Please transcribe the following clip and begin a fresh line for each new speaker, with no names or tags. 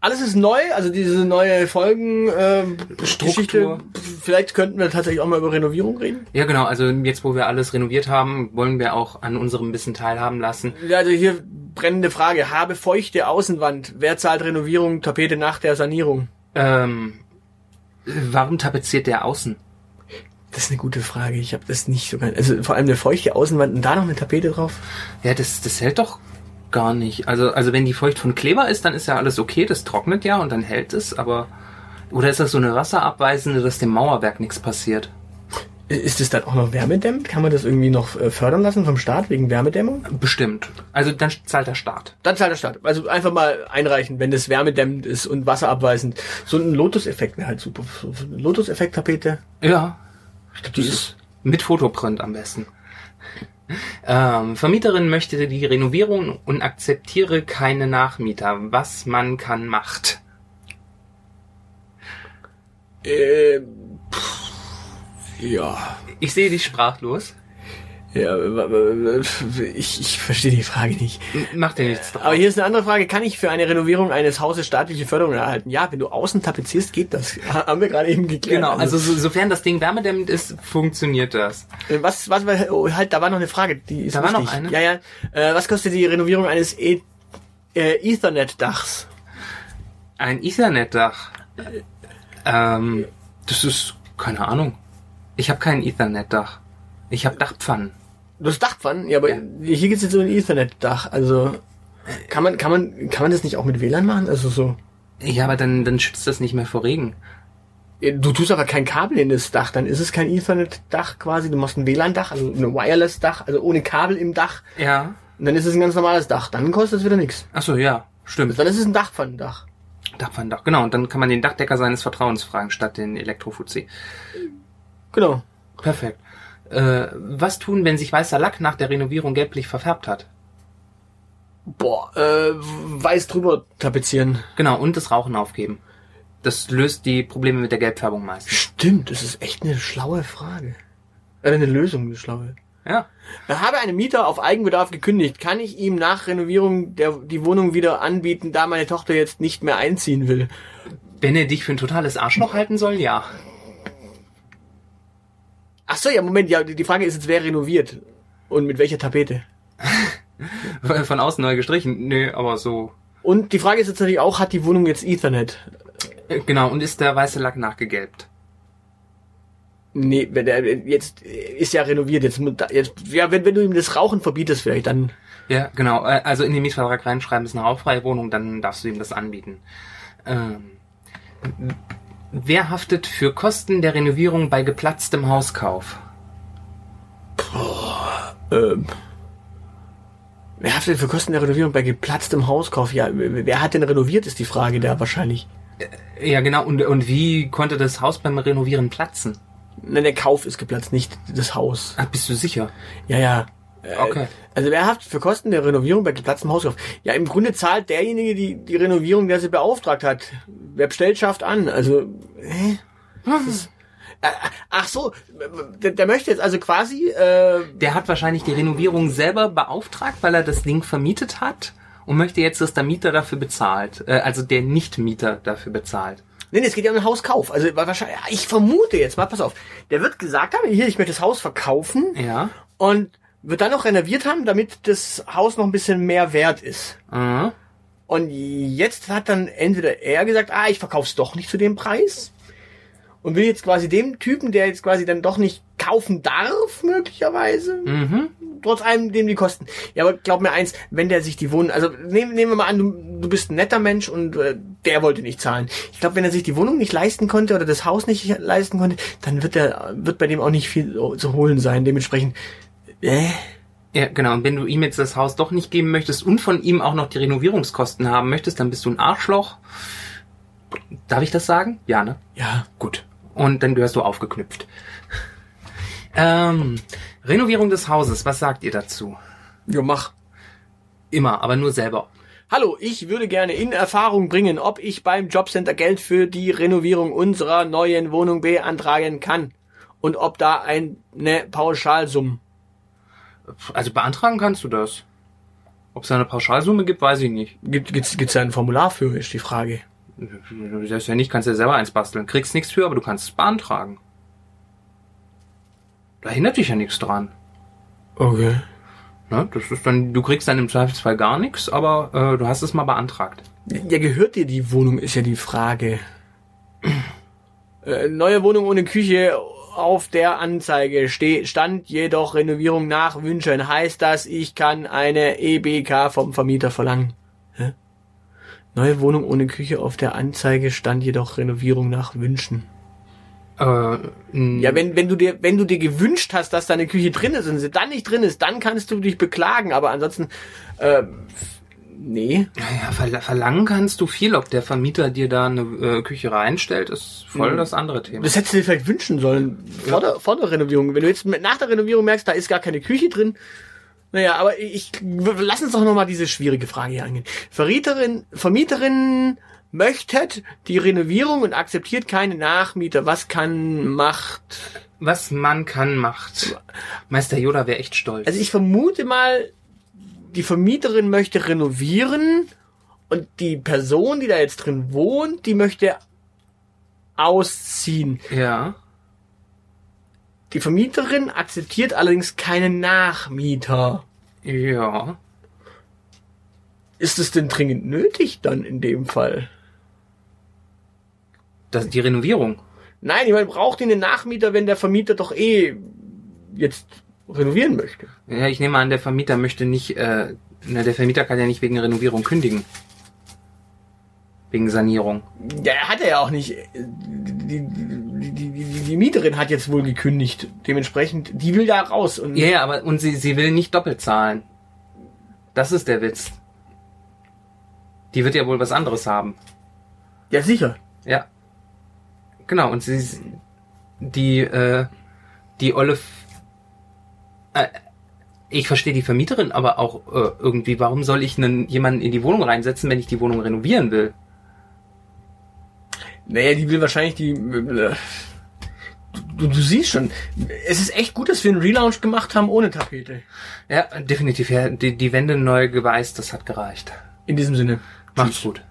alles ist neu, also diese neue Folgen äh,
Struktur.
Geschichte. Vielleicht könnten wir tatsächlich auch mal über Renovierung reden.
Ja, genau. Also jetzt, wo wir alles renoviert haben, wollen wir auch an unserem bisschen teilhaben lassen.
Ja, also hier brennende Frage. Habe feuchte Außenwand. Wer zahlt Renovierung, Tapete nach der Sanierung?
Ähm, warum tapeziert der außen?
Das ist eine gute Frage. Ich habe das nicht so ganz. Also vor allem eine feuchte Außenwand und da noch eine Tapete drauf.
Ja, das, das hält doch gar nicht. Also, also wenn die feucht von Kleber ist, dann ist ja alles okay, das trocknet ja und dann hält es, aber. Oder ist das so eine wasserabweisende, dass dem Mauerwerk nichts passiert?
Ist es dann auch noch wärmedämmt? Kann man das irgendwie noch äh, fördern lassen vom Staat wegen Wärmedämmung?
Bestimmt. Also dann zahlt der Staat.
Dann zahlt der Staat. Also einfach mal einreichen, wenn es wärmedämmend ist und wasserabweisend. So ein Lotus-Effekt wäre halt super. So eine Lotus-Effekt-Tapete.
Ja.
Ich glaube, die ist.
Mit Fotoprint am besten. Ähm, Vermieterin möchte die Renovierung und akzeptiere keine Nachmieter. Was man kann, macht.
Äh, pff, ja.
Ich sehe dich sprachlos.
Ja, äh, äh, ich, ich verstehe die Frage nicht.
M- Macht dir nichts
Aber
drauf.
hier ist eine andere Frage. Kann ich für eine Renovierung eines Hauses staatliche Förderung erhalten? Ja, wenn du außen tapezierst, geht das. Ha- Haben wir gerade eben geklärt.
Genau, also so, sofern das Ding wärmedämmend ist, funktioniert das.
Äh, Was, was, war- oh, halt, da war noch eine Frage. Die ist
Da war noch
wichtig.
eine?
Ja, ja. Äh, was kostet die Renovierung eines e äh, Ethernet-Dachs?
Ein Ethernet-Dach. Ähm, das ist keine Ahnung. Ich habe kein Ethernet-Dach. Ich habe Dachpfannen.
Das Dachpfannen? Ja, aber hier geht's jetzt um ein Ethernet-Dach. Also, kann man, kann man, kann man das nicht auch mit WLAN machen? Also so.
Ja, aber dann, dann schützt das nicht mehr vor Regen.
Ja, Du tust aber kein Kabel in das Dach, dann ist es kein Ethernet-Dach quasi. Du machst ein WLAN-Dach, also ein Wireless-Dach, also ohne Kabel im Dach.
Ja.
Und dann ist es ein ganz normales Dach. Dann kostet es wieder nichts.
Ach so, ja, stimmt.
Dann ist es ein Dachpfannendach.
Dachpfannendach. Genau, und dann kann man den Dachdecker seines Vertrauens fragen, statt den Elektrofuzzi.
Genau.
Perfekt. Äh, was tun, wenn sich weißer Lack nach der Renovierung gelblich verfärbt hat?
Boah, äh, weiß drüber tapezieren.
Genau, und das Rauchen aufgeben. Das löst die Probleme mit der Gelbfärbung meistens.
Stimmt, das ist echt eine schlaue Frage. Oder eine Lösung, eine schlaue.
Ja.
Da habe eine Mieter auf Eigenbedarf gekündigt. Kann ich ihm nach Renovierung der, die Wohnung wieder anbieten, da meine Tochter jetzt nicht mehr einziehen will?
Wenn er dich für ein totales Arschloch halten soll, ja.
Ach so, ja, Moment, ja, die die Frage ist jetzt, wer renoviert? Und mit welcher Tapete?
Von außen neu gestrichen. Nö, aber so.
Und die Frage ist jetzt natürlich auch, hat die Wohnung jetzt Ethernet?
Äh, Genau, und ist der weiße Lack nachgegelbt?
Nee, wenn der, jetzt ist ja renoviert, jetzt, mu- da- jetzt ja, wenn, wenn du ihm das Rauchen verbietest vielleicht, dann
Ja, genau. äh, Also in den Mietvertrag reinschreiben, es ist eine rauchfreie Wohnung, dann darfst du ihm das anbieten. Ähm, w- wer haftet für Kosten der Renovierung bei geplatztem Hauskauf?
Ähm, wer hat denn für Kosten der Renovierung bei geplatztem Hauskauf? Ja, wer hat denn renoviert, ist die Frage da wahrscheinlich.
Ja, genau. Und, und wie konnte das Haus beim Renovieren platzen?
Nein, der Kauf ist geplatzt, nicht das Haus.
Ah, bist du sicher?
Ja, ja. Äh,
Okay.
Also wer hat für Kosten der Renovierung bei geplatztem Hauskauf? Ja, im Grunde zahlt derjenige die, die Renovierung, der sie beauftragt hat. Wer bestellt, schafft an. Also, hä? Das ist- Äh, Ach so, der, der möchte jetzt also quasi äh,
Der hat wahrscheinlich die Renovierung selber beauftragt, weil er das Ding vermietet hat und möchte jetzt, dass der Mieter dafür bezahlt. Äh, also der Nichtmieter dafür bezahlt.
Nee, nee, es geht ja um den Hauskauf. Also wa- wahrscheinlich, ich vermute jetzt mal, pass auf, der wird gesagt haben, hier, ich möchte das Haus verkaufen
Ja.
und wird dann noch renoviert haben, damit das Haus noch ein bisschen mehr wert ist.
Mhm.
Und jetzt hat dann entweder er gesagt, ah, ich verkauf's doch nicht zu dem Preis und will jetzt quasi dem Typen, der jetzt quasi dann doch nicht kaufen darf, möglicherweise,
Mhm.
trotz allem dem die Kosten. Ja, aber glaub mir eins, wenn der sich die Wohnung, also nehmen, nehmen wir mal an, du, du bist ein netter Mensch und äh, der wollte nicht zahlen. Ich glaube, wenn er sich die Wohnung nicht leisten konnte oder das Haus nicht leisten konnte, dann wird der wird bei dem auch nicht viel zu holen sein. Dementsprechend, äh,
Ja, genau. Und wenn du ihm jetzt das Haus doch nicht geben möchtest und von ihm auch noch die Renovierungskosten haben möchtest, dann bist du ein Arschloch. Darf ich das sagen? Ja, ne?
ja,
Gut. Und dann gehörst du aufgeknüpft. Ähm, Renovierung des Hauses, was sagt ihr dazu?
ja mach.
Immer, aber nur selber.
Hallo, ich würde gerne in Erfahrung bringen, ob ich beim Jobcenter Geld für die Renovierung unserer neuen Wohnung beantragen kann und ob da eine Pauschalsumme.
Also beantragen kannst du das. Ob es da eine Pauschalsumme gibt, weiß ich nicht.
Gibt gibt's, gibt's da ein Formular für, ist die Frage.
Selbst wenn nicht, kannst du dir selber eins basteln. Kriegst nichts für, aber du kannst es beantragen. Da hindert dich ja nichts dran.
Okay.
Ne? Das ist dann, du kriegst dann im Zweifelsfall gar nichts, aber äh, du hast es mal beantragt.
Ja, gehört dir die Wohnung, ist ja die Frage. Äh, neue Wohnung ohne Küche auf der Anzeige ste stand jedoch Renovierung nach Wünschen. Heißt das, ich kann eine EBK vom Vermieter verlangen? Hä? Neue Wohnung ohne Küche auf der Anzeige stand jedoch Renovierung nach Wünschen.
Äh,
Ja, wenn, wenn du dir, wenn du dir gewünscht hast, dass deine Küche drin ist und sie dann nicht drin ist, dann kannst du dich beklagen, aber ansonsten, äh, nee.
Ja, verla- verlangen kannst du viel. Ob der Vermieter dir da eine äh, Küche reinstellt, ist voll das andere Thema.
Das hättest du dir vielleicht wünschen sollen, vor, der, vor der Renovierung. Wenn du jetzt mit- nach der Renovierung merkst, da ist gar keine Küche drin, naja, aber ich, lass uns doch nochmal diese schwierige Frage hier angehen. Vermieterin, Vermieterin möchtet die Renovierung und akzeptiert keine Nachmieter. Was kann, macht,
Was man kann, macht. Meister Yoda wäre echt stolz.
Also ich vermute mal, die Vermieterin möchte renovieren und die Person, die da jetzt drin wohnt, die möchte ausziehen.
ja.
Die Vermieterin akzeptiert allerdings keine Nachmieter.
Ja.
Ist es denn dringend nötig dann in dem Fall?
Das ist die Renovierung.
Nein, ich meine, braucht ihn den Nachmieter, wenn der Vermieter doch eh jetzt renovieren möchte?
Ja, ich nehme an, der Vermieter möchte nicht, äh, ne, der Vermieter kann ja nicht wegen Renovierung kündigen. Wegen Sanierung.
Ja, er hat er ja auch nicht. Die, die, die, die, die Mieterin hat jetzt wohl gekündigt. Dementsprechend, die will da raus. Und
Ja, ja, aber, und sie, sie will nicht doppelt zahlen. Das ist der Witz. Die wird ja wohl was anderes haben.
Ja, sicher.
Ja. Genau, und sie ist die, äh, die Olle. F- Äh, ich verstehe die Vermieterin, aber auch äh, irgendwie, warum soll ich einen, jemanden in die Wohnung reinsetzen, wenn ich die Wohnung renovieren will?
Naja, die will wahrscheinlich die. äh, Du, du siehst schon, es ist echt gut, dass wir einen Relaunch gemacht haben ohne Tapete.
Ja, definitiv. Ja, die, die Wände neu geweißt, das hat gereicht.
In diesem Sinne.
Macht's gut.